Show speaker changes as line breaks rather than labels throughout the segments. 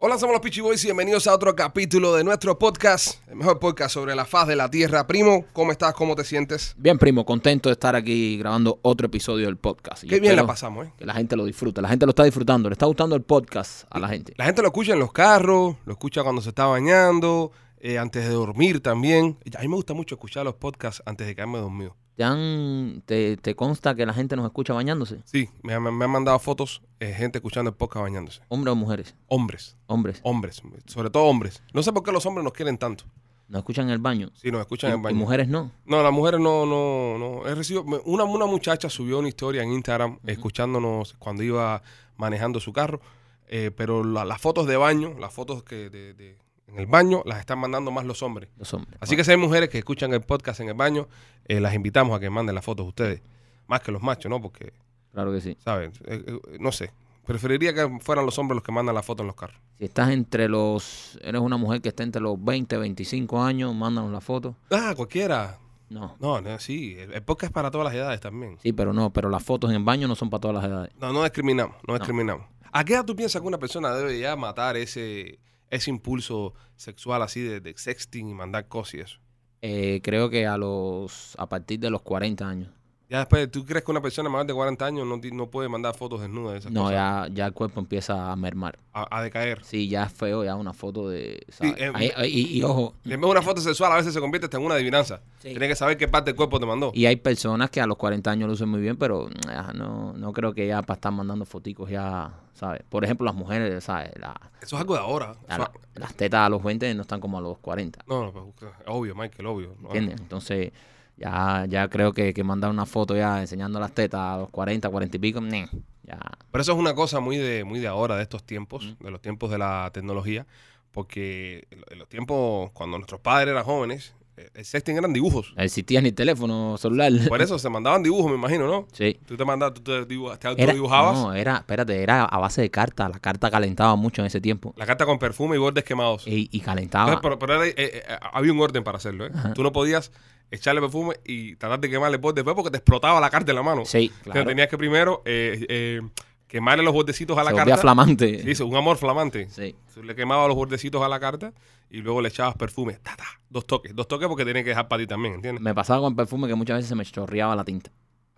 Hola, somos los Peachy Boys y bienvenidos a otro capítulo de nuestro podcast, el mejor podcast sobre la faz de la tierra. Primo, ¿cómo estás? ¿Cómo te sientes?
Bien, primo, contento de estar aquí grabando otro episodio del podcast. Y
Qué bien
espero
la pasamos, ¿eh?
Que la gente lo disfruta, la gente lo está disfrutando, le está gustando el podcast a la gente.
La gente lo escucha en los carros, lo escucha cuando se está bañando, eh, antes de dormir también. A mí me gusta mucho escuchar los podcasts antes de quedarme dormido.
¿Te, han- te, te consta que la gente nos escucha bañándose?
Sí, me, han- me han mandado fotos eh, gente escuchando el podcast bañándose.
¿Hombres o mujeres?
Hombres,
Hombres.
hombres, sobre todo hombres. No sé por qué los hombres nos quieren tanto.
Nos escuchan en el baño.
Si nos escuchan
y,
en el baño.
y mujeres no.
No, las mujeres no, no, no. He recibido, me- una, una muchacha subió una historia en Instagram escuchándonos cuando iba manejando su carro, eh, pero la- las fotos de baño, las fotos que de, de- en el baño, las están mandando más los hombres.
Los hombres.
Así que si hay mujeres que escuchan el podcast en el baño, eh, las invitamos a que manden las fotos ustedes, más que los machos, ¿no? Porque,
Claro que sí.
¿saben? Eh, eh, no sé. Preferiría que fueran los hombres los que mandan las fotos en los carros.
Si estás entre los... Eres una mujer que está entre los 20, 25 años, mándanos la foto.
Ah, cualquiera.
No.
No, no, sí. El, el podcast es para todas las edades también.
Sí, pero no, pero las fotos en el baño no son para todas las edades.
No, no discriminamos, no discriminamos. ¿A qué edad tú piensas que una persona debe ya matar ese, ese impulso sexual así de, de sexting y mandar cosas y eso?
Eh, creo que a los a partir de los 40 años.
Ya después, ¿tú crees que una persona mayor de 40 años no, ti- no puede mandar fotos desnudas de esas
No, eh.
cosas?
ya, ya el cuerpo empieza a mermar.
A, a decaer.
Sí, ya es feo, ya una foto de... ¿sabes?
Sí, eh,
Ahí- ahí- y, y ojo,
Y En vez de una foto sexual, a veces se convierte hasta en una adivinanza.
Mm. Sí.
Tienes que saber qué parte del cuerpo te mandó.
y hay personas que a los 40 años lucen muy bien, pero ah, no, no creo que ya para estar mandando foticos ya, ¿sabes? Por ejemplo, las mujeres, ¿sabes? La-
Eso es algo de ahora.
la-
Eso-
las tetas a los 20 no están como a los 40,
No, no, pues, obvio, Michael, obvio. No,
¿entiendes? Entonces, ya, ya creo que, que mandar una foto ya enseñando las tetas a los 40, 40 y pico, neh, ya...
Pero eso es una cosa muy de, muy de ahora, de estos tiempos, de los tiempos de la tecnología, porque en lo- en los tiempos cuando nuestros padres eran jóvenes, eh, el sexting eran dibujos.
Existía ni teléfono celular.
Por eso se mandaban dibujos, me imagino, ¿no?
Sí.
Tú te mandabas, tú te, dibu- te
Era-
autodibujabas,
No, eh. era, espérate, era a base de carta. La carta calentaba mucho en ese tiempo.
la carta con perfume y bordes quemados.
Y, y
Entonces,
calentaba.
pero pero era- eh, eh, había un orden para hacerlo, ¿eh? Tú no podías echarle perfume y tratar de quemarle el borde después porque te explotaba la carta en la mano.
Sí,
O sea,
claro.
tenías que primero eh, eh, quemarle los bordecitos a la
Se volvía
carta.
flamante.
Sí, un amor flamante.
Sí.
Tú le quemabas los bordecitos a la carta y luego le echabas perfume. Ta, ta, dos toques. Dos toques porque tienen que dejar para ti también, ¿entiendes?
Me pasaba con perfume que muchas veces se me chorreaba la tinta.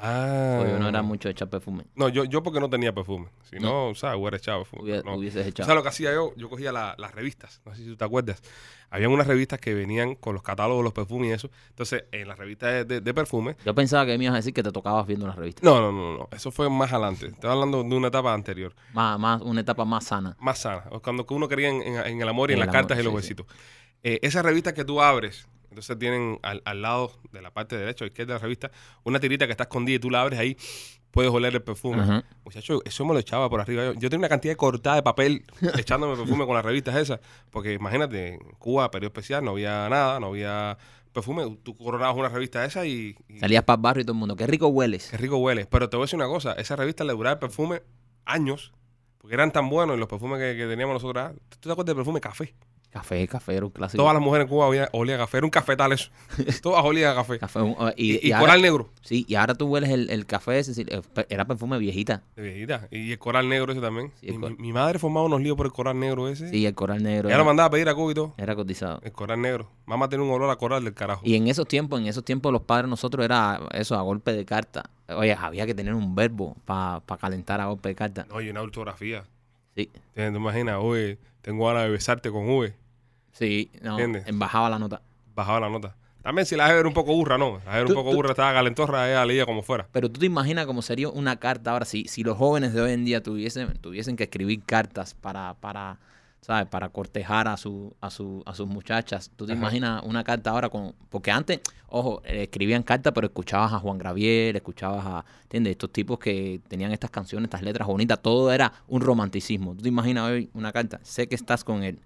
Ah.
Porque yo no era mucho de echar perfume.
No, yo, yo porque no tenía perfume. Si no, ¿sabes? Hubiera echado perfume.
Hubiera-
No.
Hubieses echado.
¿Sabes lo que hacía yo? Yo cogía la- las revistas. No sé si tú te acuerdas. Habían unas revistas que venían con los catálogos de los perfumes y eso. Entonces, en las revistas de, de- de perfume.
Yo pensaba que me ibas a decir que te tocabas viendo las revistas.
No, no, no, no. Eso fue más adelante. Estaba hablando de una etapa anterior.
Más, más, una etapa más sana.
más sana. o Cuando uno quería en, en- en el amor y en,
En
las
el
cartas y
amor,
los
sí, sí.
besitos. Eh, esas revistas que tú abres, entonces tienen al, al lado de la parte derecha o izquierda de la revista una tirita que está escondida y tú la abres ahí, puedes oler el perfume.
Ajá.
Muchacho, eso me lo echaba por arriba. Yo, yo tenía una cantidad de cortada de papel echándome perfume con las revistas esas. Porque imagínate, en Cuba, periodo especial, no había nada, no había perfume. Tú coronabas una revista esa y, y
Salías para el barrio y todo el mundo. Qué rico hueles.
Qué rico huele. Pero te voy a decir una cosa, esa revista le duraba el perfume años, porque eran tan buenos los perfumes que, que teníamos nosotros. ah, ¿Tú te acuerdas del perfume café?
Café, café, era un clásico.
Todas las mujeres en Cuba olían, olían a café, era un cafetal eso. Todas olían a café.
Café, un- y,
Y,
y
y
ahora,
coral negro.
sí, y ahora tú hueles el, el café ese. sí, eh, pe- Era perfume viejita.
De viejita. Y el coral negro ese también.
Sí, el
Y mi,
coral.
mi madre formaba unos líos por el coral negro ese.
Sí, el coral negro.
Ella lo
Era,
mandaba a pedir a Cuba y todo.
era cotizado.
El coral negro. Mamá tiene un olor a coral del carajo.
Y en esos tiempos, en esos tiempos los padres nosotros era eso, a golpe de carta. Oye, había que tener un verbo para calentar a golpe de carta.
No, y una ortografía.
Sí,
¿Te, te imaginas? Oye, tengo ganas de besarte con V.
sí, no,
¿Entiendes?
embajaba la nota.
Bajaba la nota. También si la jefa era un poco burra, ¿no? La jefa era un
Tú-
poco
tú-
burra, estaba calentorra, ella leía como fuera.
Pero tú te imaginas cómo sería una carta ahora, si, si los jóvenes de hoy en día tuviesen, tuviesen que escribir cartas para, para, ¿sabes? Para cortejar a, su, a, su, a sus muchachas. Tú te
Ajá.
imaginas una carta ahora con... Porque antes, ojo, eh, escribían cartas, pero escuchabas a Juan Gravier, escuchabas a... ¿Entiendes? Estos tipos que tenían estas canciones, estas letras bonitas, todo era un romanticismo. Tú te imaginas hoy una carta, sé que estás con él,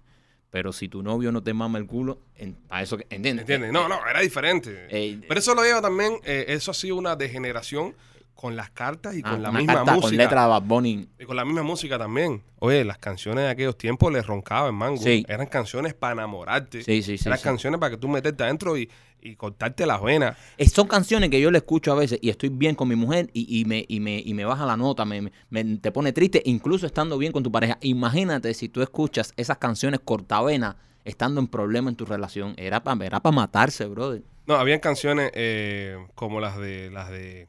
pero si tu novio no te mama el culo, en- a eso que... ¿Entiendes?
¿Entiendes? No, no, era diferente.
Eh,
Pero eso lo lleva también, eh, eso ha sido una degeneración con las cartas y
Ah,
con la
una
misma
carta
música.
con letra de Bad Bunny.
Y con la misma música también. Oye, las canciones de aquellos tiempos les roncaba el mango.
Sí.
Eran canciones para enamorarte.
Sí, sí, sí.
Eran
sí.
canciones para que tú meterte adentro y, y cortarte las venas.
Es- Eh, Son canciones que yo le escucho a veces y estoy bien con mi mujer y, y, me, y, me, y me baja la nota, me, me- me- te pone triste, incluso estando bien con tu pareja. Imagínate si tú escuchas esas canciones cortavenas estando en problema en tu relación. Era para era pa matarse, brother.
No, habían canciones eh, como las de las de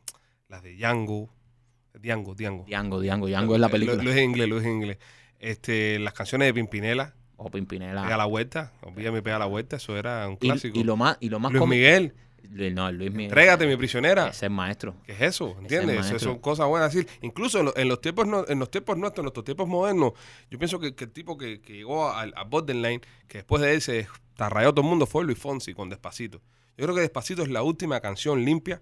las de Django. Django, Django.
Diango, Diango, Diango es la
Lo,
película.
lo es en inglés, lo es en inglés. Este, las canciones de Pimpinela,
o
Pega
Oh, Pimpinela.
la Vuelta, Olvídame Pega la Vuelta, eso era un
Ah. Y,
clásico.
y lo más, y lo más
Luis
cómico-
Miguel,
Lu- No, Luis Miguel.
Entrégate mi prisionera.
Ese es maestro.
¿Qué es eso? ¿Entiendes? Eso-
maestro.
son cosas buenas. Decir, incluso en, lo- en los tiempos no- en los tiempos nuestros, en nuestros tiempos modernos, yo pienso que, que el tipo que, que llegó al a borderline, que después de él se tarrayó todo el mundo, fue Luis Fonsi con Despacito. Yo creo que Despacito es la última canción limpia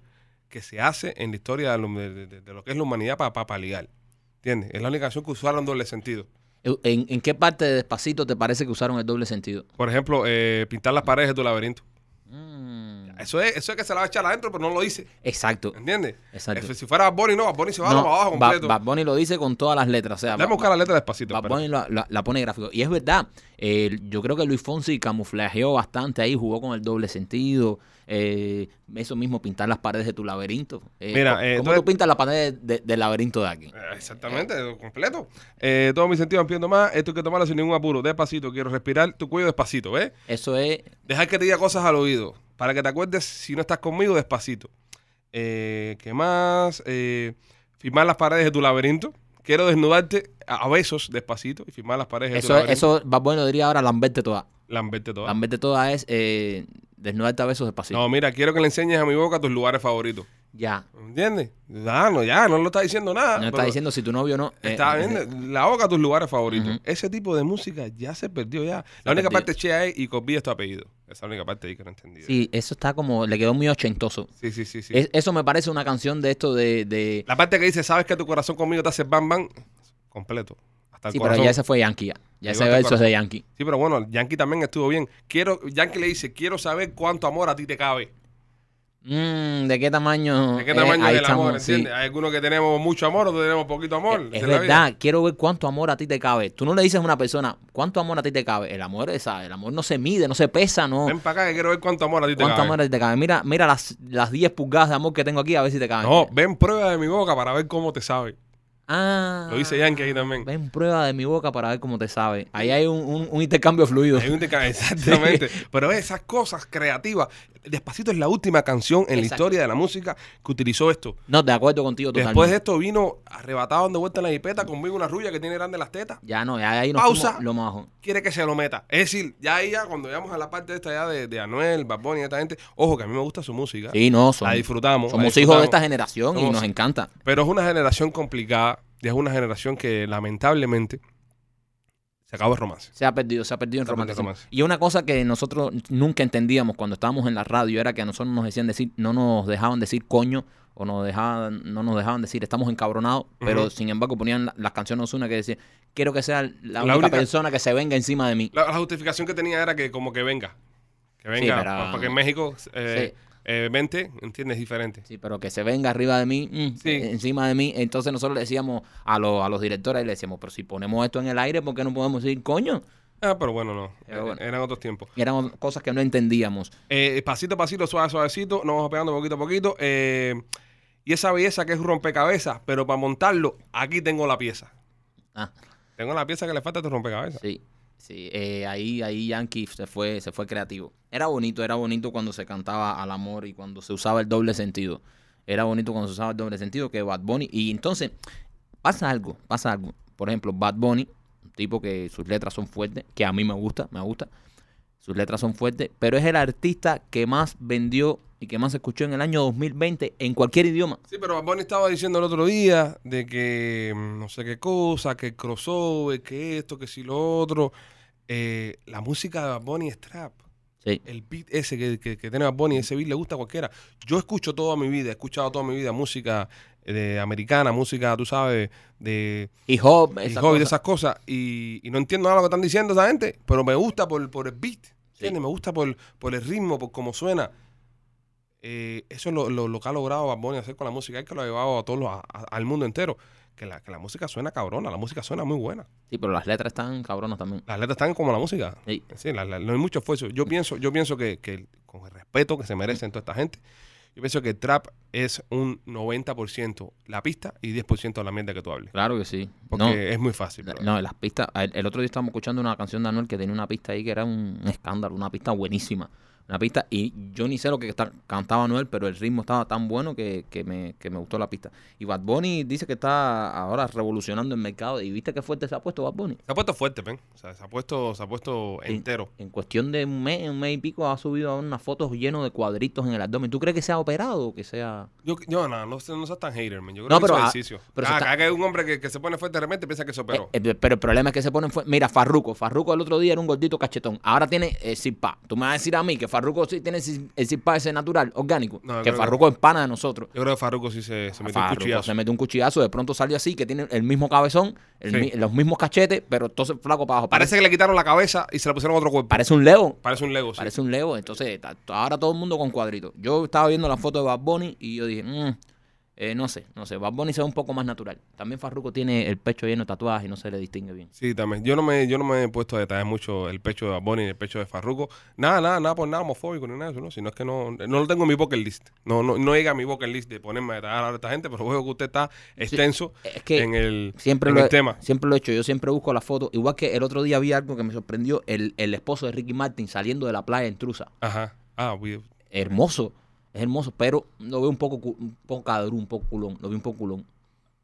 que se hace en la historia de lo, de- de- de lo que es la humanidad para paliar. ¿Entiendes? Es la única canción que usaron doble sentido.
¿En, en qué parte de Despacito te parece que usaron el doble sentido?
Por ejemplo, eh, pintar las paredes de tu laberinto.
Mm,
Eso es, eso es que se la va a echar adentro, pero no lo dice.
Exacto,
¿Entiendes?
exacto.
Eso, si fuera Bad Bunny, no, Bad Bunny se va
No,
para abajo
Ba-
completo.
Bad Bunny lo dice con todas las letras. O sea,
Déjame
Ba-
buscar la letra despacito.
Bad
espérate.
Bunny la, la- la pone gráfico. Y es verdad, eh, yo creo que Luis Fonsi camuflajeó bastante ahí, jugó con el doble sentido. eh, eso mismo, pintar las paredes de tu laberinto. Eh,
Mira,
¿cómo-
eh,
¿cómo
entonces-
tú pintas la pared de- del laberinto de aquí?
Eh, Exactamente, lo completo. Eh, todo mi sentido ampliando más. Esto hay que tomarlo sin ningún apuro. Despacito, quiero respirar tu cuello despacito, ¿ves?
Eso es
Dejar que te diga cosas al oído. Para que te acuerdes, si no estás conmigo, despacito. Eh, ¿Qué más? Eh, firmar las paredes de tu laberinto. Quiero desnudarte a a besos despacito y firmar las paredes de tu
Eso, es-
laberinto.
eso Bad Bunny lo diría ahora lamberte toda.
Lamberte toda.
Lamberte toda es eh, desnudarte a besos despacito.
No, mira, quiero que le enseñes a mi boca tus lugares favoritos.
Ya.
¿Entiendes? Ya, no, ya, no lo está diciendo nada.
No está
pero-
diciendo si tu novio no. eh,
Está
eh,
bien, la boca a tus lugares favoritos.
Ujú.
Ese tipo de música ya se perdió ya. La única
perdió.
parte chea es y copia tu apellido. Esa es la única parte ahí que no entendí.
Sí, eso está como. Le quedó muy ochentoso.
sí, sí, sí. sí.
Es- eso me parece una canción de esto de. de-
La parte que dice, sabes que tu corazón conmigo te hace bam bam, completo. Hasta el
sí, pero
corazón.
ya ese fue Yankee. Ya,
Llegó
ya
hasta
ese
el
verso es
corazón.
de Yankee.
Sí, pero bueno, Yankee también estuvo bien. Quiero, Yankee le dice, quiero saber cuánto amor a ti te cabe.
Mm, ¿De qué tamaño?
¿De qué
es?
tamaño
eh, Ahí
es el amor?
estamos, sí.
¿Entiendes? Hay algunos que tenemos mucho amor, otros tenemos poquito amor. Esa
Es- Es,
la vida.
verdad, quiero ver cuánto amor a ti te cabe. Tú no le dices a una persona cuánto amor a ti te cabe. El amor, esa, el amor no se mide, no se pesa, no.
Ven para acá que quiero ver cuánto amor a ti te
¿Cuánto
cabe.
amor a ti te cabe? Mira, mira las, las 10 pulgadas de amor que tengo aquí, a ver si te cabe.
No, ven prueba de mi boca para ver cómo te sabe.
Ah.
Lo dice Yankee ahí también.
Ven prueba de mi boca para ver cómo te sabe. Ahí hay un, un- un intercambio fluido.
Hay un intercambio, exactamente. Pero esas cosas creativas. Despacito es la última canción en la
Exacto.
historia de la música que utilizó esto.
No, de acuerdo contigo totalmente.
Después de esto vino arrebatado dando vuelta en la jipeta conmigo una rubia que tiene grande las tetas.
Ya no, ya ahí nos
Pausa.
fuimos lo majo.
Quiere que se lo meta. Es decir, ya ahí ya cuando llegamos a la parte de esta ya de, de Anuel, Bad Bunny y esta gente, ojo que a mí me gusta su música.
Sí, no, somos,
la disfrutamos. la
somos hijos de esta
disfrutamos.
generación y
Somos-
nos encanta.
Pero es una generación complicada y es una generación que lamentablemente se acabó el romance.
Se ha perdido, se ha perdido en
Se ha perdido
romanticismo.
romance.
Y una cosa que nosotros nunca entendíamos cuando estábamos en la radio era que a nosotros nos decían decir, no nos dejaban decir coño o nos dejaban, no nos dejaban decir estamos encabronados, pero sin embargo ponían la- las canciones de Ozuna que decían quiero que sea la, única,
única-
persona que se venga encima de mí.
La, la justificación que tenía era que como que venga. Que venga.
pero-
pa- Porque en México, eh,
Sí.
eh, vente, ¿entiendes? Es diferente.
Sí, pero que se venga arriba de mí, mm,
Sí.
eh, encima de mí. Entonces nosotros le decíamos a, los a los directores, le decíamos, pero si ponemos esto en el aire, ¿por qué no podemos decir coño?
Ah, pero bueno, no.
Pero
Eh,
bueno.
Eran otros tiempos.
Y eran cosas que no entendíamos.
Eh, pasito a pasito, suave, suavecito. Nos vamos pegando poquito a poquito. eh, y esa belleza que es un rompecabezas, pero para montarlo, aquí tengo la pieza.
Ah,
Tengo la pieza que le falta a este rompecabezas.
sí, sí. eh, ahí, ahí Yankee se fue, se fue creativo. Era bonito, era bonito cuando se cantaba al amor y cuando se usaba el doble sentido. Era bonito cuando se usaba el doble sentido que Bad Bunny. Y entonces, pasa algo, pasa algo. Por ejemplo, Bad Bunny, un tipo que sus letras son fuertes, que a mí me gusta, me gusta. Sus letras son fuertes, pero es el artista que más vendió y que más se escuchó en el año 2020 en cualquier idioma.
Sí, pero Bonnie estaba diciendo el otro día de que mm, no sé qué cosa, que el crossover, que esto, que si lo otro. Eh, la música de Bonnie es trap.
Sí.
el beat ese que, que, que tiene Bad Bunny, ese beat le gusta a cualquiera. Yo escucho toda mi vida, he escuchado toda mi vida música eh, de americana, música, tú sabes, de
Y Hop,
hip
esas
hop y de
cosas.
esas cosas, y, y no entiendo nada de lo que están diciendo esa gente, pero me gusta por, por el beat, ¿entiendes? Me gusta por, por el ritmo, por cómo suena. eh, eso es lo, lo- lo que ha logrado Bad Bunny hacer con la música. Es que lo ha llevado a todos los- a- a- al mundo entero. Que la, que la música suena cabrona, la música suena muy buena.
Sí, pero las letras están cabronas también.
Las letras están como la música.
Sí.
Sí, la- la- no hay mucho esfuerzo. Yo pienso, yo pienso que, que el- con el respeto que se merecen toda esta gente, yo pienso que el trap es un 90% la pista y 10% la mierda que tú hables.
Claro que sí.
Porque
no,
es muy fácil.
la-
brother.
no, las pistas. El, el otro día estábamos escuchando una canción de Anuel que tenía una pista ahí que era un escándalo, una pista buenísima. Una pista, y yo ni sé lo que está- cantaba Anuel, pero el ritmo estaba tan bueno que, que me, que me gustó la pista. Y Bad Bunny dice que está ahora revolucionando el mercado. ¿Y viste qué fuerte se ha puesto Bad Bunny?
Se ha puesto fuerte, pen. O sea, se ha puesto, se ha puesto
Sí.
entero.
En cuestión de un mes, un mes y pico, ha subido unas fotos llenas de cuadritos en el abdomen. ¿Tú crees que sea operado o que sea.?
Yo, yo no, no, sé- no seas tan hater, man. Yo creo
No,
que
pero,
hizo
ah,
ejercicio.
pero
Ah,
se está-
acá que hay un hombre que, que se pone fuerte de repente piensa que se operó.
Eh, eh, pero el problema es que se ponen fue Mira, Farruco. Farruco el otro día era un gordito cachetón. Ahora tiene eh, six-pack. Tú me vas a decir a mí que Farruco sí tiene six- el six-pack ese natural, orgánico.
No,
que
creo que-
Farruco es pana de nosotros.
yo creo que Farruko sí se, se metió un
Farruko
cuchillazo.
se mete un cuchillazo, de pronto salió así, que tiene el mismo cabezón, el
Sí.
mi- los mismos cachetes, pero entonces flaco para abajo.
Parece que le quitaron la cabeza y se la pusieron a otro cuerpo.
parece un león.
Parece un Lego, sí.
Parece un Leo. Entonces, ta- ahora todo el mundo con cuadritos. Yo estaba viendo la foto de Bad Bunny y yo dije, "Mm, eh, no sé, no sé. Bad Bunny se ve un poco más natural. También Farruko tiene el pecho lleno de tatuajes y no se le distingue bien.
Sí, también. Yo no me, yo no me he puesto a detallar mucho el pecho de Bad Bunny y el pecho de Farruko. Nada, nada, nada por nada homofóbico ni nada de eso, ¿no? Sino es que no, no lo tengo en mi bucket list. No, no, no llega a mi bucket list de ponerme a detallar a esta gente, pero veo que usted está extenso
Es que
en el,
siempre,
en
lo
el
he,
tema.
siempre lo he hecho. Yo siempre busco la foto. Igual que el otro día vi algo que me sorprendió. El, el esposo de Ricky Martin saliendo de la playa en Trusa.
Ajá. Ah, we-
Hermoso. Es hermoso, pero lo veo un poco, cu- un poco cadrú, un poco culón. Lo veo un poco culón.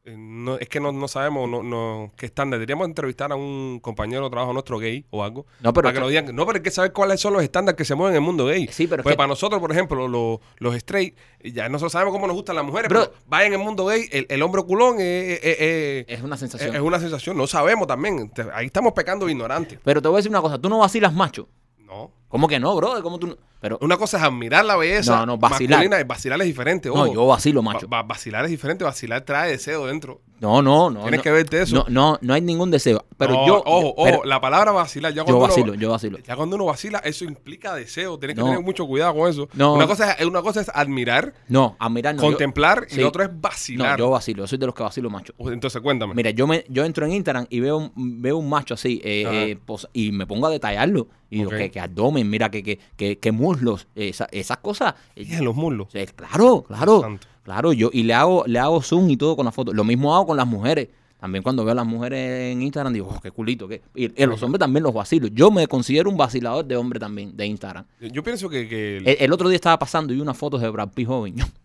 eh, no, es que no, no sabemos no, no, qué estándar. Deberíamos entrevistar a un compañero de trabajo nuestro gay o algo.
No, pero
para que
es
nos
que-
digan, no, pero hay que saber cuáles son los estándares que se mueven en el mundo gay.
Sí, pero es
Pues
que-
para nosotros, por ejemplo, los, los straight, ya nosotros sabemos cómo nos gustan las mujeres,
Bro.
pero vaya en el mundo gay, el, el hombre culón es, es- es-
es una
es-
sensación.
es una sensación. No sabemos también. Te- Ahí estamos pecando de ignorantes.
Pero te voy a decir una cosa. Tú no vacilas macho.
No.
¿Cómo que no, bro? ¿Cómo tú no? Pero
Una cosa es admirar la belleza
No, no, vacilar.
masculina. Vacilar es diferente.
No,
ojo.
yo vacilo,
Va-
macho.
va- vacilar es diferente. Vacilar trae deseo dentro.
No, no, no.
Tienes
no.
que verte eso.
No, no, no hay ningún deseo. Pero
No,
yo.
Ojo, ojo.
pero
la palabra vacilar. Ya
yo
cuando uno-
vacilo, yo vacilo.
Ya cuando uno vacila, eso implica deseo. Tienes que
No.
tener mucho cuidado con eso.
No.
Una, cosa es, una cosa es admirar,
No, a mirar no. yo-
contemplar y
sí.
lo otro es
no,
vacilar.
yo vacilo. Yo soy de los que vacilo, macho.
Pues Entonces, cuéntame.
Mira, yo me, yo entro en Instagram y veo un, veo un macho así eh,
Ajá.
eh, posa- y me pongo a detallarlo. Y digo,
Ok.
que, que abdomen, mira, que, que, que, que muslos, esa- esas cosas. eh,
Mira, los muslos.
eh, claro, claro.
Santo.
Claro, yo y le hago, le hago zoom y todo con la foto. Lo mismo hago con las mujeres. También cuando veo a las mujeres en Instagram digo, oh, qué culito, qué. Y, y a los hombres también los vacilo. Yo me considero un vacilador de hombre también, de Instagram.
Yo- Yo pienso que. que el-
El, el otro día estaba pasando y vi unas fotos de Brad Pitt joven.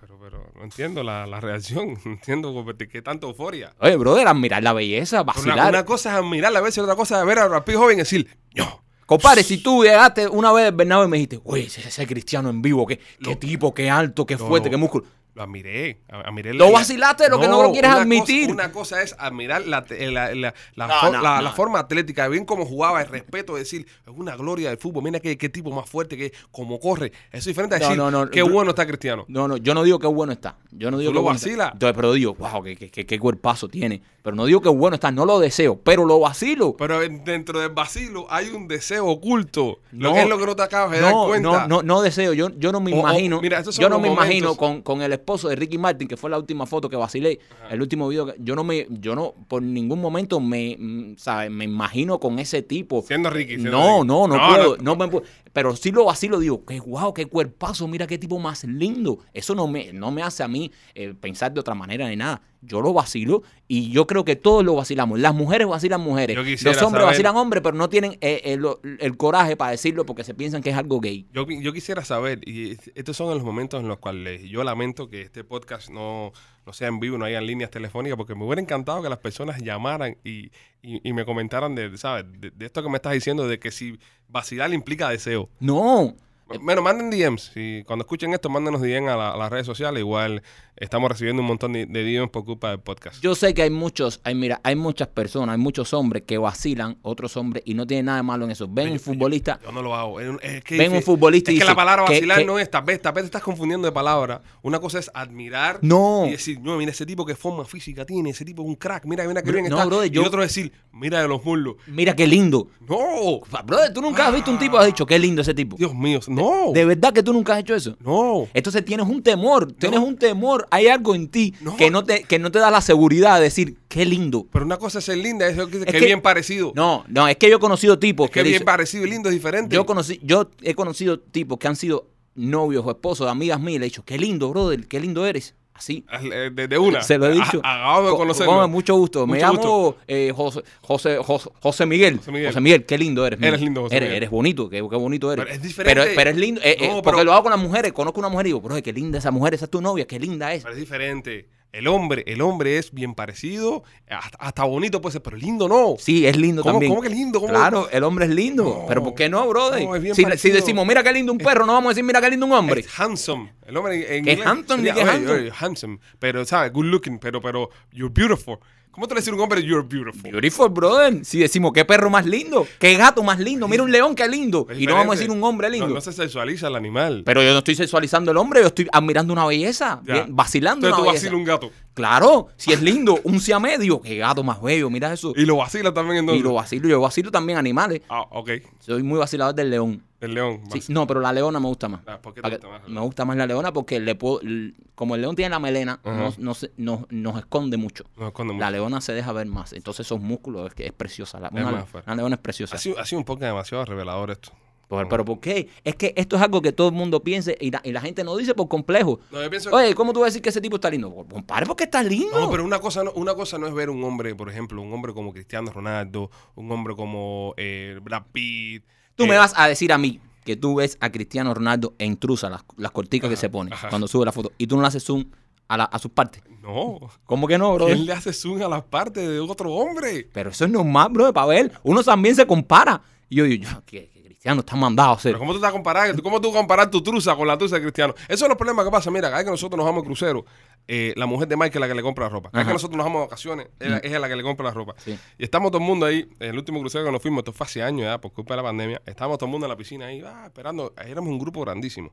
pero, pero no entiendo la, la reacción. No entiendo como de qué tanta euforia.
Oye, brother, admirar la belleza,
Pero Una,
vacilar.
una cosa es admirar la belleza y otra cosa es ver a Rapid joven y decir, no.
Compadre, si tú llegaste una vez al Bernabéu y me dijiste, oye, ese, ese cristiano en vivo, qué, qué tipo, qué alto, qué
No,
fuerte,
no.
qué músculo.
Lo admiré. a- admiré
Lo vacilaste, lo que no lo quieres
una cosa-
admitir.
una cosa es admirar la, te- la- la- la
No,
for-
no,
la-
no.
la forma atlética, bien cómo jugaba, el respeto, decir, es una gloria del fútbol, mira qué, qué tipo más fuerte, que cómo corre. Eso es diferente a
No,
decir,
no, no,
qué
no.
bueno está Cristiano.
No, no, yo no digo que bueno está. Yo no digo
Tú
que
lo
bueno está.
vacilas.
Entonces, pero digo, wow, qué, qué, qué, qué cuerpazo tiene. Pero no digo que bueno está, no lo deseo, pero lo vacilo.
Pero en- dentro del vacilo hay un deseo oculto. lo
No.
que es lo que no te acabas de dar
No,
cuenta.
no, no, no deseo. Yo, yo no me
O- o,
imagino.
mira, estos son
yo no
los
me
momentos.
imagino con, con el esposo de Ricky Martin, que fue la última foto que vacilé, el último video. Que, yo no me, yo no, por ningún momento me, mm, ¿sabes? Me imagino con ese tipo.
Siendo Ricky. siendo
No,
Ricky.
no, no, puedo, no me puedo. Pero sí lo vacilo, digo, qué guau, qué cuerpazo, mira qué tipo más lindo. Eso no me, no me hace a mí eh, pensar de otra manera ni nada. Yo lo vacilo y yo creo que todos lo vacilamos. Las mujeres vacilan mujeres.
Yo
Los
quisiera
hombres
saber-
vacilan hombres, pero no tienen eh, el, el coraje para decirlo porque se piensan que es algo gay.
Yo, qui- yo quisiera saber, y es- estos son los momentos en los cuales yo lamento que este podcast no, no sea en vivo, no hayan líneas telefónicas, porque me hubiera encantado que las personas llamaran y, y- y me comentaran de, ¿sabes? De, de esto que me estás diciendo, de que si vacilar implica deseo.
No.
Bueno, manden DMs. Si cuando escuchen esto, mándenos DMs a, la- a las redes sociales. Igual estamos recibiendo un montón de, de DMs por culpa del podcast.
Yo sé que hay muchos, hay, mira, hay muchas personas, hay muchos hombres que vacilan otros hombres y no tiene nada de malo en eso. Ven un futbolista,
Yo no lo hago. Es, es que,
Ven un
es-
futbolista y
Es que la
dice
palabra
que-
vacilar
que-
no es. Tal vez, tal vez te estás confundiendo de palabra. Una cosa es admirar.
No.
Y decir, no, mira ese tipo qué forma física tiene. Ese tipo es un crack. Mira, mira qué
Bro,
bien
no,
está.
brother,
y
yo-
otro decir, mira de los muslos.
mira qué lindo.
No.
Pa- Brother, tú nunca has visto un tipo, has dicho, qué lindo ese tipo.
Dios mío. No, No.
¿De verdad que tú nunca has hecho eso?
No.
Entonces tienes un temor, tienes un temor, hay algo en ti
No.
que, no te, que no te da la seguridad de decir, qué lindo.
Pero una cosa es ser linda, es que,
Es
que
que-
bien parecido.
No, no, es que yo he conocido tipos
es que
que
bien
dicen-
parecido y lindo es diferente.
yo, conocí, yo he conocido tipos que han sido novios o esposos de amigas mías y le he dicho, qué lindo, brother, qué lindo eres. Así.
Eh, de, de una.
Se lo he dicho.
A- Acabamos de
Co-
conocerlo.
con mucho gusto. Me
Mucho
llamo eh, José, José, José, José Miguel.
José Miguel.
qué lindo eres.
Eres
mira.
lindo, José
Eres,
Miguel.
eres bonito, qué, qué bonito eres.
Pero es diferente.
Pero, pero es lindo. eh, eh,
No,
porque
pero-
lo hago con las mujeres. Conozco una mujer y digo, bro, qué linda esa mujer, esa es tu novia, qué linda es.
Pero es diferente. El hombre, el hombre es bien parecido, hasta, hasta bonito puede ser, pero lindo no.
Sí, es lindo
¿Cómo-
también.
cómo que lindo? ¿Cómo-
Claro, el hombre es lindo.
No.
Pero ¿por qué no, brother?
No, es bien
si,
parecido.
si decimos, mira qué lindo un perro, no vamos a decir, mira qué lindo un hombre.
Es handsome. El hombre en- en
¿Qué
inglés
handsome ni qué
"Oye,
handsome"?
oye, handsome. Pero, ¿sabes? Good looking, pero, pero, you're beautiful. ¿Cómo te le dices a un hombre you're beautiful?
Beautiful, brother. Si decimos, qué perro más lindo, qué gato más lindo, mira un león, qué lindo.
Es
Y no vamos a
diferente.
decir un hombre lindo.
No, no se sexualiza el animal.
Pero yo no estoy sexualizando al hombre, yo estoy admirando una belleza,
Ya.
bien, vacilando
Entonces tú
una belleza.
vacilas un gato.
Claro, si es lindo, un siamedio, qué gato más bello, mira eso.
Y lo vacilas también
Y,
entonces.
lo vacilo, yo vacilo también animales.
Ah, ok.
Soy muy vacilador del león.
El león.
Sí,
vas-
no, pero la leona me gusta más.
Ah, ¿por qué te
Para
gusta
que-
más la
Me gusta más la leona porque le puedo- l- como el león tiene la melena,
Ajá.
nos, nos- nos- nos esconde mucho.
No, esconde mucho.
La leona se deja ver más. Entonces esos músculos es, que es preciosa. La,
Es
una,
más fuerte.
una leona es preciosa.
Ha sido, ha sido un poco demasiado revelador esto.
Pero, Pues, pero ¿por qué? Es que esto es algo que todo el mundo piensa y la, y la gente no dice por complejo.
No, yo pienso
Oye, ¿cómo tú vas a decir que ese tipo está lindo? Por- Compadre, porque está lindo.
No, pero una cosa, no, una cosa no es ver un hombre, por ejemplo, un hombre como Cristiano Ronaldo, un hombre como eh, Brad Pitt.
tú
eh,
me vas a decir a mí que tú ves a Cristiano Ronaldo en trusa, las, las corticas que se pone
ajá.
cuando sube la foto, y tú no le haces zoom a, la- a sus partes.
No.
¿Cómo que no, bro?
¿Quién le hace zoom a las partes de otro hombre?
Pero eso es normal, bro, para ver. Uno también se compara. Y yo, yo, yo, que, que Cristiano está mandado a hacer.
Pero ¿cómo tú estás comparando? ¿Cómo tú comparar tu truza con la truza de Cristiano? Esos son los problemas que pasa. Mira, cada vez que nosotros nos vamos a crucero, eh, la mujer de Mike es la que le compra la ropa. Cada vez
Ajá. Mm.
que nosotros nos vamos a vacaciones, es la- es la que le compra la ropa.
Sí.
Y estamos todo el mundo ahí, el último crucero que nos fuimos, esto fue hace años ya, por culpa de la pandemia, estábamos todo el mundo en la piscina ahí, ah, esperando, éramos un grupo grandísimo.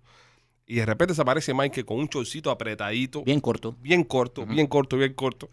Y de repente se aparece Mike con un chorcito apretadito, bien,
Bien corto.
corto, bien corto, bien corto.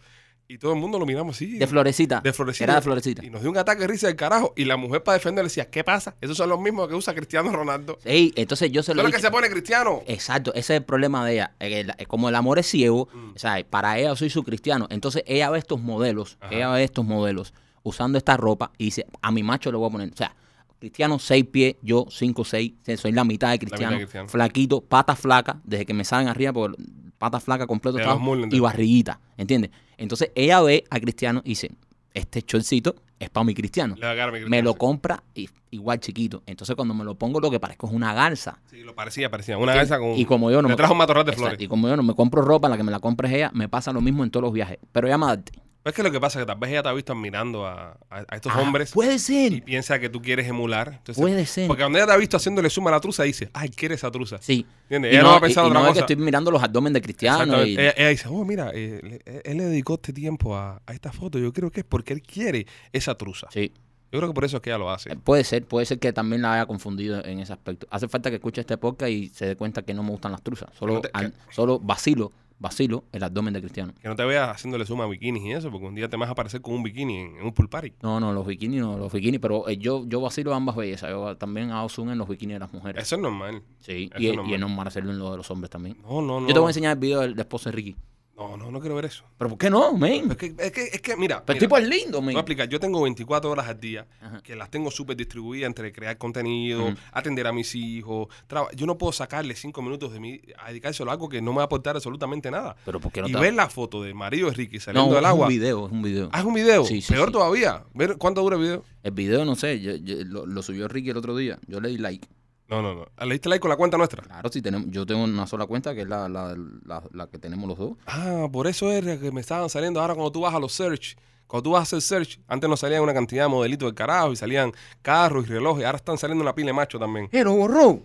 Y todo el mundo lo miramos así.
De florecita.
de florecita.
Era de florecita.
Y nos dio un ataque de risa del carajo. Y la mujer para defender le decía, ¿qué pasa? Esos son los mismos que usa Cristiano Ronaldo.
Ey, entonces yo se
Son
lo
los
he
que
dicho.
se pone Cristiano.
Exacto, ese es el problema de ella. Eh, la- eh, Como el amor es ciego,
Mm.
o sea, para ella soy su cristiano. Entonces ella ve estos modelos,
Ajá.
ella ve estos modelos usando esta ropa y dice, a mi macho le voy a poner, o sea, cristiano 6 pies, yo 5, 6, soy la mitad de cristiano,
Cristiano.
flaquito, pata flaca, desde que me salen arriba, por pata flaca completo
De
estaba,
los muslos,
y
entonces.
barriguita, ¿entiendes? Entonces ella ve a cristiano y dice, este chorcito es para mi cristiano.
Le va a caer a mi Cristiano,
Me lo
sí.
compra i- igual chiquito. Entonces cuando me lo pongo lo que parezco es una garza.
Sí, lo parecía, parecía. Una cabeza con...
Y como yo no
Le
me-
trajo un matorral de
Exacto,
flores.
Y como yo no me compro ropa, la que me la compres ella, me pasa lo mismo en todos los viajes. Pero ya madre.
Pero Es que lo que pasa es que tal vez ella te ha visto admirando a, a- a estos hombres
Ah, Puede
y
ser.
piensa que tú quieres emular. Entonces,
Puede ser.
Porque cuando ella te ha visto haciéndole suma a la truza, dice, ay, quiere esa truza.
Sí.
¿Entiendes?
Y
Ella no va a
y-
pensar
y
otra
no es que
cosa.
estoy mirando los abdomen de Cristiano.
Exactamente.
y-
Ella, ella dice, oh, mira, eh, le- él le dedicó este tiempo a, a esta foto. Yo creo que es porque él quiere esa truza.
sí.
Yo creo que por eso es que ella lo hace.
Eh, Puede ser, puede ser que también la haya confundido en ese aspecto. Hace falta que escuche este podcast y se dé cuenta que no me gustan las truzas. Solo,
No te-
al- solo vacilo, vacilo el abdomen de Cristiano.
Que no te veas haciéndole suma a bikinis y eso, porque un día te vas a aparecer con un bikini en, en un pool party.
No, no, los bikinis no, los bikinis, pero eh, yo, yo vacilo ambas bellezas. Yo también hago zoom en los bikinis de las mujeres.
Eso es normal.
sí,
eso
y,
es
y
normal.
es normal hacerlo en lo de los hombres también.
No, no, no.
Yo te voy a enseñar el video del, del esposo de Ricky.
No, no, no quiero ver eso.
¿Pero por qué no, men?
Es que, es que, es que mira.
Pero el
mira,
tipo es lindo,
Te
men.
voy a explicar. Yo tengo 24 horas al día
Ajá.
que las tengo súper distribuidas entre crear contenido,
Ujú.
atender a mis hijos. traba- Yo no puedo sacarle 5 minutos de mí a dedicárselo a algo que no me va a aportar absolutamente nada.
Pero ¿por qué no
y
te-
ver la foto del marido de Ricky
No,
saliendo
es
del agua. Ah.
un video, es un video.
Haz un video.
Sí, sí,
Peor
sí.
todavía. Ver cuánto dura el video.
El video, no sé, yo- yo- lo, lo subió Ricky el otro día. Yo le di like.
No, no, no. Le diste like con la cuenta nuestra.
Claro, si tenemos, yo tengo una sola cuenta, que es la, la- la- la que tenemos los dos.
Ah, por eso era que me estaban saliendo ahora cuando tú vas a los search. Cuando tú vas a hacer search, antes nos salían una cantidad de modelitos del carajo y salían carros y relojes. Ahora están saliendo una pila de macho también.
¡Eh, lo borró!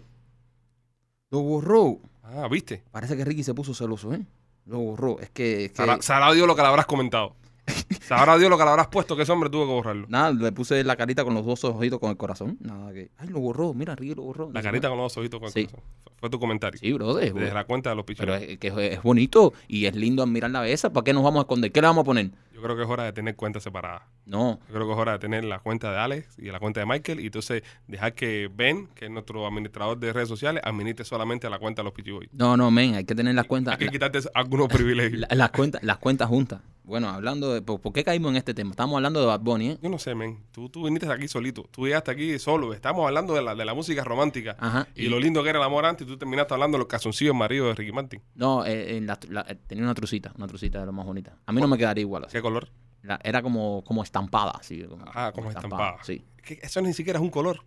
Lo borró.
Ah, ¿viste?
Parece que Ricky se puso celoso, ¿eh? Lo borró. Es que... es que-
Sabrá, sabrá Dios lo que le habrás comentado. Sabrá Dios lo que le habrás puesto que ese hombre tuvo que borrarlo.
Nada, le puse la carita con los dos ojitos con el corazón. Nada que... ¡Ay, lo borró! Mira, Ricky lo borró.
La carita con los ojitos. con-
Sí.
Fue tu comentario.
Sí, brother.
Desde la cuenta de los
Pero
pichones.
es, que es- es bonito y es lindo admirar la belleza. ¿Para qué nos vamos a esconder? ¿Qué le vamos a poner?
Yo Yo creo que es hora de tener cuentas separadas.
No,
Yo creo que es hora de tener la cuenta de Alex y la cuenta de Michael y entonces dejar que Ben, que es nuestro administrador de redes sociales, administre solamente la cuenta de los Pichiboy.
no, no, men, hay que tener las cuentas.
Hay que
la-
quitarte algunos privilegios.
la- las cuentas, las cuentas juntas. Bueno, hablando de. ¿Por, por qué caímos en este tema? Estamos hablando de Bad Bunny, ¿eh?
Yo no sé, men. Tú, tú viniste aquí solito. Tú llegaste aquí solo. Estamos hablando de la, de la música romántica.
Ajá.
Y lo lindo que era el amor antes, tú terminaste hablando de los calzoncillos maridos de Ricky Martin.
No, eh, en la- la- eh, tenía una trucita, una trucita de lo más bonita. A mí no me quedaría igual. así.
¿Qué color?
La- era como, como estampada, así. Como,
Ah, como estampada.
Sí.
Que eso ni siquiera es un color.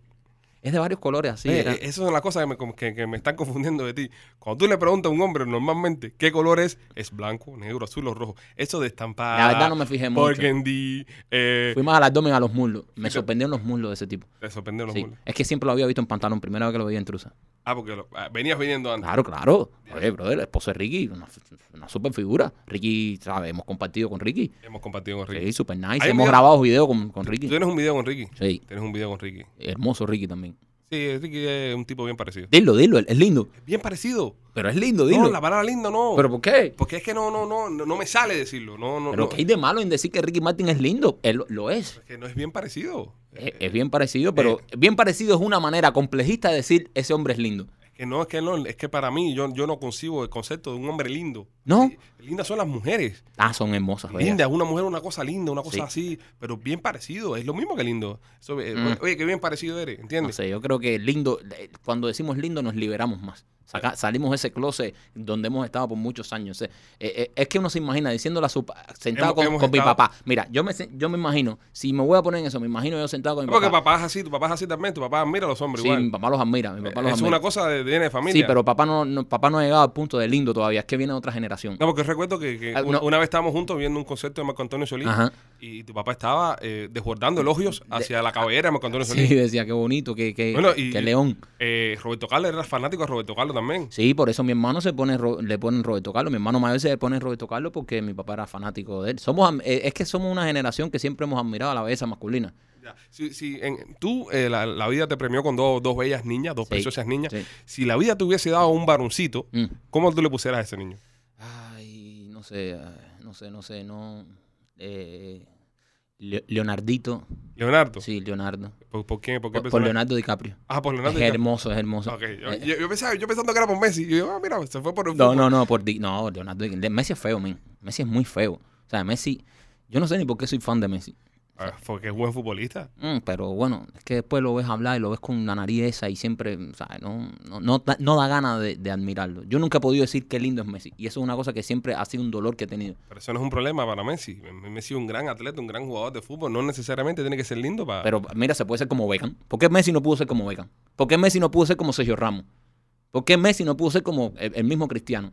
Es de varios colores, así.
Eh,
era.
eh, Esas son las cosas que me, como que- que me están confundiendo de ti. Cuando tú le preguntas a un hombre normalmente qué color es, es blanco, negro, azul o rojo. Eso de estampada.
La verdad no me fijé mucho.
Burgundy. Eh,
Fui más al abdomen a los muslos. Me sorprendieron los muslos de ese tipo.
te sorprendió los
Sí.
mules.
Es que siempre lo había visto en pantalón. Primera vez que lo veía en trusa.
Ah, porque lo- ah, venías viniendo antes.
Claro, claro. Oye, brother, el esposo de Ricky, una, una super figura. Ricky, ¿sabes? Hemos compartido con Ricky.
Hemos compartido con Ricky.
Ah. Sí, super nice.
Hay un
Hemos
video-
grabado videos con, con
Tú
Ricky.
tienes un video con Ricky.
Sí,
Tienes un video con Ricky.
hermoso Ricky también.
Sí, Ricky es un tipo bien parecido.
Dilo, dilo, es lindo.
Bien parecido.
Pero es lindo,
No,
dilo.
la palabra linda no.
¿Pero por qué?
porque es que no, no, no, no no me sale decirlo. No, no,
¿Pero
no.
qué hay de malo en decir que Ricky Martin es lindo? Él lo- lo es.
Es que no es bien parecido.
Es, es bien parecido, pero
eh.
bien parecido es una manera complejista de decir ese hombre es lindo.
Es que no, es que no, es que para mí yo, yo no concibo el concepto de un hombre lindo.
¿No?
Eh, Lindas son las mujeres.
Ah, son hermosas, bellas.
Linda, una mujer, una cosa linda, una cosa
Sí.
así, pero bien parecido, es lo mismo que lindo. Eso, eh,
Mm.
Oye, qué bien parecido eres,
No
¿entiendes?
sé, yo creo que lindo, eh, cuando decimos lindo nos liberamos más. Saca- salimos de ese closet donde hemos estado por muchos años. Eh, eh, es que uno se imagina diciéndole a su pa- sentado
Hemos-
con,
hemos
con mi
estado-
papá. Mira, yo me, se- yo me imagino, si me voy a poner en eso, me imagino yo sentado con mi
Porque
papá.
papá es así, tu papá es así también, tu papá mira a los hombres
Sí, mi
igual. Eh,
papá los admira, mi papá los
es
admira.
una cosa de, de familia.
Sí, pero papá no, no- papá no ha llegado al punto de lindo todavía, es que viene otra generación.
No, porque recuerdo que, que
Ah,
una,
no.
una vez estábamos juntos viendo un concierto de Marco Antonio Solís
Ajá.
y tu papá estaba eh, desbordando elogios hacia la cabellera de Marco Antonio Solís.
Sí, decía, qué bonito, qué, qué,
Bueno, y-
qué león.
Eh, Roberto Carlos era fanático de Roberto Carlos también.
Sí, por eso mi hermano se pone Ro- le ponen Roberto Carlos. Mi hermano mayor se le pone Roberto Carlos porque mi papá era fanático de él. Somos am- eh, es que somos una generación que siempre hemos admirado a la belleza masculina.
Ya, Si, si en- tú, eh, la, la vida te premió con dos- dos bellas niñas, dos
Sí,
preciosas niñas.
sí.
Si la vida te hubiese dado un varoncito,
Mm.
¿cómo tú le pusieras a ese niño?
Ay, no sé, ah, no sé, no sé, no. Eh, Le- Leonardito.
¿Leonardo?
Sí, Leonardo.
¿Por, por qué? ¿Por qué
Por, por
personaje?
Leonardo DiCaprio.
Ah, por Leonardo.
es
ya.
hermoso, es hermoso.
Ok, yo,
Eh,
yo- yo pensaba- yo pensando que era por Messi. Yo, ah, mira, se fue por el
No,
fútbol.
no, no, por Di- no, Leonardo Di- Messi es feo, men. Messi es muy feo. O sea, Messi, yo no sé ni por qué soy fan de Messi.
Ah, porque es buen futbolista.
Mm, pero bueno, es que después lo ves hablar y lo ves con la nariz esa y siempre, o sea, no, no, no, da- no da ganas de, de admirarlo. Yo nunca he podido decir qué lindo es Messi. Y eso es una cosa que siempre ha sido un dolor que he tenido.
Pero eso no es un problema para Messi. Messi es un gran atleta, un gran jugador de fútbol. No necesariamente tiene que ser lindo para...
Pero mira, se puede ser como Beckham. ¿Por qué Messi no pudo ser como Beckham? ¿Por qué Messi no pudo ser como Sergio Ramos? ¿Por qué Messi no pudo ser como el, el mismo Cristiano?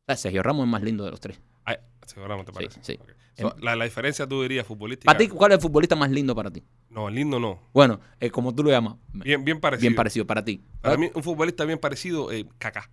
O sea, Sergio Ramos es más lindo de los tres.
Ay, seguramente
Sí,
parece.
sí.
Ok. So, la, la diferencia tú dirías futbolística.
¿Para ti cuál es el futbolista más lindo para ti?
No, lindo no.
Bueno, eh, como tú lo llamas,
Bien, bien parecido.
bien parecido para ti.
Para mí, un futbolista bien parecido, eh, Kaká.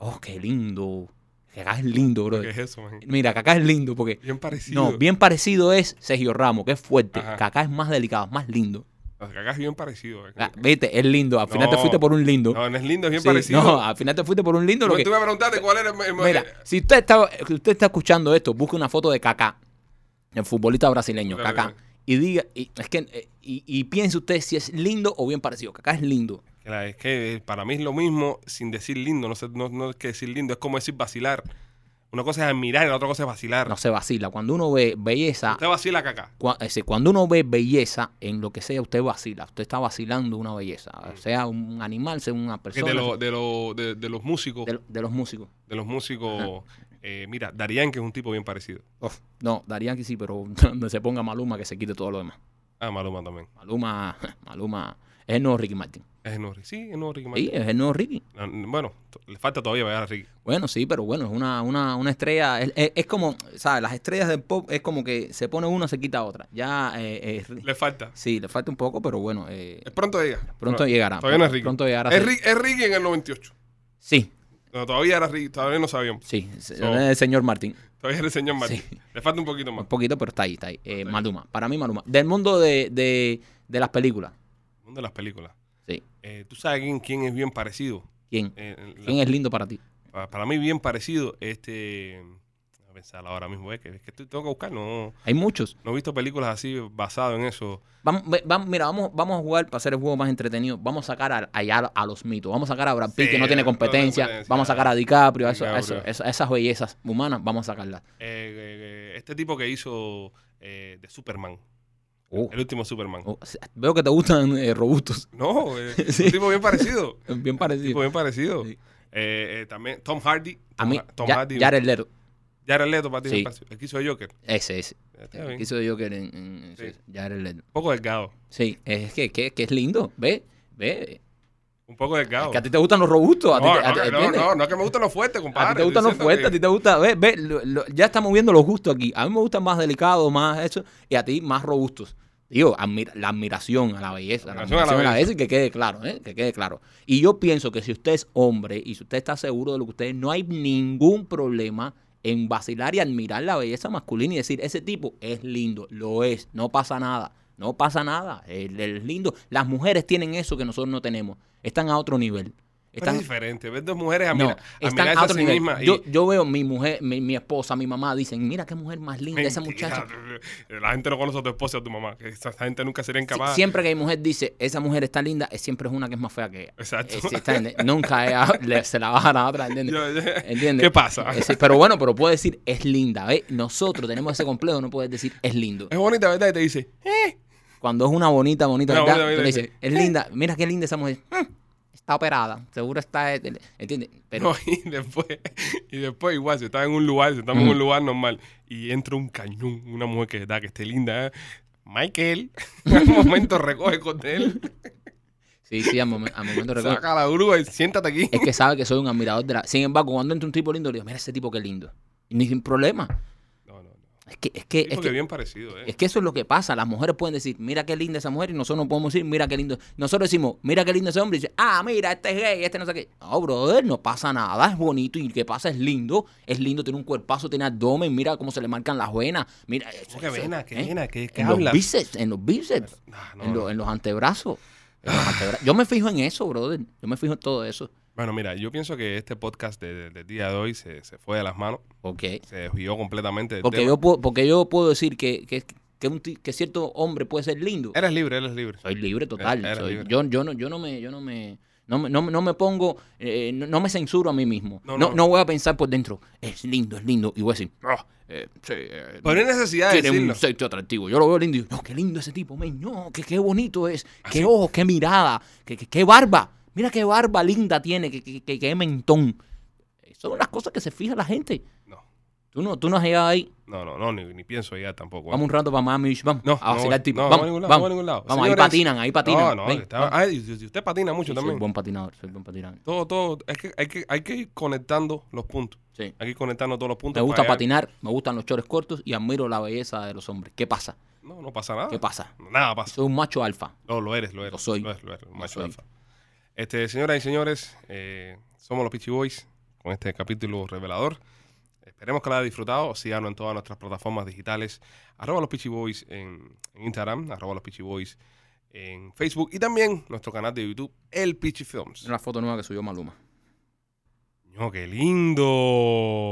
Oh, qué lindo. Kaká es lindo, bro.
¿Qué es eso, man?
Mira, Kaká es lindo porque
Bien parecido.
No, bien parecido es Sergio Ramos, que es fuerte.
Ajá.
Kaká es más delicado, más lindo.
Kaká es bien parecido. eh.
Ah, Viste, es lindo. Al final te
No.
fuiste por un lindo.
No, no es lindo, es bien
Sí,
parecido.
no, al final te fuiste por un lindo. Lo
Pero
que,
tú me preguntaste cuál era el- el-
mira, si usted está, si usted está escuchando esto, busque una foto de Kaká, el futbolista brasileño,
Claro,
Kaká.
claro.
Y diga, y, es que, eh, y, y piense usted si es lindo o bien parecido. Kaká es lindo.
Claro, es que eh, para mí es lo mismo sin decir lindo. No, sé, no, no es que decir lindo, es como decir vacilar. Una cosa es admirar y la otra cosa es vacilar.
No se vacila. Cuando uno ve belleza,
Usted vacila caca.
cua- es decir, cuando uno ve belleza en lo que sea, usted vacila. Usted está vacilando una belleza. Sea un animal, sea una
Mm. Que
persona.
de, lo- de, lo- de- de los músicos,
de- de los músicos.
de los músicos, eh, mira, Darían, que es un tipo bien parecido.
Uf, no, Darían que sí, pero donde se ponga Maluma que se quite todo lo demás.
Ah, Maluma también.
Maluma, Maluma es el nuevo Ricky Martin.
Es el nuevo Ricky. Sí, es el nuevo Ricky
Sí, eh.
Martin.
es el nuevo Ricky.
No, no, Ah, Bueno, t- le falta todavía llegar a Ricky.
Bueno, sí, pero bueno, es una, una, una estrella. Es, es- es como, ¿sabes? Las estrellas del pop es como que se pone una, se quita otra. Ya, eh, eh, Ri-
Le falta.
sí, le falta un poco, pero bueno, eh,
Es pronto llega.
pronto
Pero-
llegará.
Todavía no es Ricky.
Pronto llegará.
Es,
sí.
Ricky- es Ricky en el 98.
Sí,
No, todavía era Ricky, todavía no sabíamos.
sí, se-
So-
el señor Martín.
Todavía era el señor Martín.
Sí.
Le falta un poquito más.
Un poquito, pero está ahí, está ahí. Eh, Maluma, para mí Maluma. Del mundo de, de, de las películas.
El mundo de las películas.
Sí.
Eh, ¿Tú sabes quién, quién es bien parecido?
¿Quién?
Eh, en la-
¿Quién es lindo para ti?
pa- Para mí bien parecido, este... A a pensar ahora mismo, es que, es que estoy- tengo que buscar, no,
Hay muchos.
no he visto películas así basadas en eso.
Vamos, ve- vamos- mira, vamos, vamos a jugar para hacer el juego más entretenido. Vamos a sacar a, allá a los mitos. Vamos a sacar a Brad Pitt,
Sí,
que no tiene
no tiene
competencia.
competencia.
Vamos a sacar a DiCaprio. a eso- a eso-
DiCaprio.
esa- esas bellezas humanas, vamos a sacarlas.
Eh, eh, eh, este tipo que hizo eh, de Superman,
Oh,
el último Superman.
oh, se- veo que te gustan eh, robustos.
No, eh,
Sí.
un tipo bien parecido. Un
Bien
Ah, tipo
parecido.
bien parecido.
Sí.
Eh, eh, también Tom Hardy.
A mí,
Tom Ha- Tom
ya,
Hardy.
Jared Leto.
Jared Leto para ti.
Sí.
me parece- El que hizo de Joker.
Ese, ese.
Ya está
El
bien.
que hizo de Joker en, en- en-
Sí.
Jared Leto.
Un poco delgado.
Sí, es que, que, que es lindo. Ve, ve.
Un poco
Es
delgado.
que a ti te gustan los robustos. A ti
no,
te- a
no,
ti-
que- no,
¿entiendes?
no, no, que me gustan los fuertes,
A
compadre.
ti te gustan los
Estoy
fuertes, a ti
diciendo
te gusta, ve, ve, lo- lo- ya estamos viendo lo justo aquí. A mí me gustan más delicados, más eso, y a ti más robustos. Digo, admir- la admiración a la belleza, la admiración, a, la belleza, y que quede claro, ¿eh? que quede claro. Y yo pienso que si usted es hombre y si usted está seguro de lo que usted es, no hay ningún problema en vacilar y admirar la belleza masculina y decir, ese tipo es lindo, lo es, no pasa nada, no pasa nada, él él es lindo. Las mujeres tienen eso que nosotros no tenemos, están a otro nivel.
que- Pero
Están,
es diferente. Ver dos mujeres a,
no,
mirar, a
están
mirarse
a
a
otro
ah, sí
nivel.
mismas. y-
yo, yo veo mi mujer, mi, mi esposa, mi mamá, dicen, mira qué mujer más linda esa
Mentira,
muchacha.
La gente no conoce a tu esposa o a tu mamá. que Esa esa gente nunca sería
Si-
incapaz.
siempre que mi mujer dice, esa mujer está linda, eh, siempre es una que es más fea que ella.
Exacto.
Eh, sí, está, ¿entiendes? nunca ella le- se la baja a la otra, ¿entiendes?
Yo- yo-
¿Entiendes?
¿Qué pasa?
Eh, sí, pero bueno, pero puede decir, es linda, ¿ves? Nosotros tenemos ese complejo, no puedes decir, es lindo.
Es bonita, ¿verdad? Y te dice, eh,
Cuando es una bonita, bonita,
Una
¿verdad?
bonita,
Tú le
bonita,
dices, es linda, mira qué linda esa mujer. Mm, Está operada, seguro está, eh, ¿entiendes? Pero
No, y después, y después igual, si estás en un lugar, si estamos en un lugar normal y entra un cañón, una mujer que está, que esté linda, ¿eh? Michael, en un momento recoge con él,
sí, sí, al momen- al momento recuerdo.
saca la grúa y siéntate aquí.
es que sabe que soy un admirador de la. Sin embargo, cuando entra un tipo lindo, le digo, mira ese tipo qué lindo. Y Ni sin problema.
No, no, no.
Es que, es que,
Sí,
es
porque
que,
bien parecido, ¿eh?
es que eso es lo que pasa. Las mujeres pueden decir, mira qué linda esa mujer, y nosotros no podemos decir, mira qué lindo. Nosotros decimos, mira qué lindo ese hombre, y dice, ah, mira, este es gay, este no sé qué. No, brother, no pasa nada, es bonito, y lo que pasa es lindo, es lindo, tiene un cuerpazo, tiene abdomen, mira cómo se le marcan las venas, mira. eso-
¿Cómo que
eso,
vena? Oh, ¿Qué
¿eh?
vena? ¿Qué, qué
En los
hablas?
bíceps, en los bíceps.
Ah, no,
En, lo-
no.
en los antebrazos. En los antebra- Yo me fijo en eso, brother. Yo me fijo en todo eso.
Bueno, mira, yo pienso que este podcast de- de- del día de hoy se, se fue de las manos,
Ok.
se desvió completamente del
Porque
este tema.
yo puedo, porque yo puedo decir que, que, que un ti- que cierto hombre puede ser lindo.
Eres libre, eres libre.
Soy libre total.
Eres
soy-
libre.
Yo, yo no, yo no me, yo no me, no, me- no me- no me pongo, eh, no, no me censuro a mí mismo. No,
No,
no,
no.
voy a pensar por dentro. Es lindo, es lindo. Y voy a decir, "Ah, eh, sí, eh,
Pero no hay necesidad de
tiene
decirlo.
un sexo atractivo. Yo lo veo lindo y digo, no, qué lindo ese tipo, men. No, qué, qué bonito es.
¿Ah,
Qué ojo, qué mirada, qué, qué, qué barba. Mira qué barba linda tiene, qué, qué, qué- qué mentón. Son las cosas que se fija la gente.
No,
Tú no, tú no has llegado ahí.
no, no, no, ni, ni pienso ya tampoco. ¿eh?
Vamos un rato para Miami Beach, vamos
No,
a
no
vacilar
voy-
tipo.
no,
vamos,
no voy a ningún lado, no
vamos,
voy a ningún lado.
Vamos, ahí
Señores,
patinan, ahí patinan.
No, no,
Ven,
está-
vamos.
ay, y- y usted patina mucho
Sí, soy
también.
buen patinador, soy buen patinador.
Todo, todo, es que hay que, hay que ir conectando los puntos.
Sí.
Hay que ir conectando todos los puntos.
Me gusta
para llegar-
patinar, me gustan los chores cortos y admiro la belleza de los hombres. ¿Qué pasa?
No, no pasa nada.
¿Qué pasa?
Nada pasa.
Soy un macho alfa.
No, lo eres, lo eres.
Lo soy.
Lo eres, lo eres, un macho
soy.
alfa. Este, señoras y señores, eh, somos los Pitchy Boys con este capítulo revelador. Esperemos que lo haya disfrutado. Síganos en todas nuestras plataformas digitales. Arroba los Pitchy Boys en, en Instagram, arroba los Pitchy Boys en Facebook y también nuestro canal de YouTube, El Pitchy Films.
Una foto nueva que subió Maluma.
Ño, qué lindo!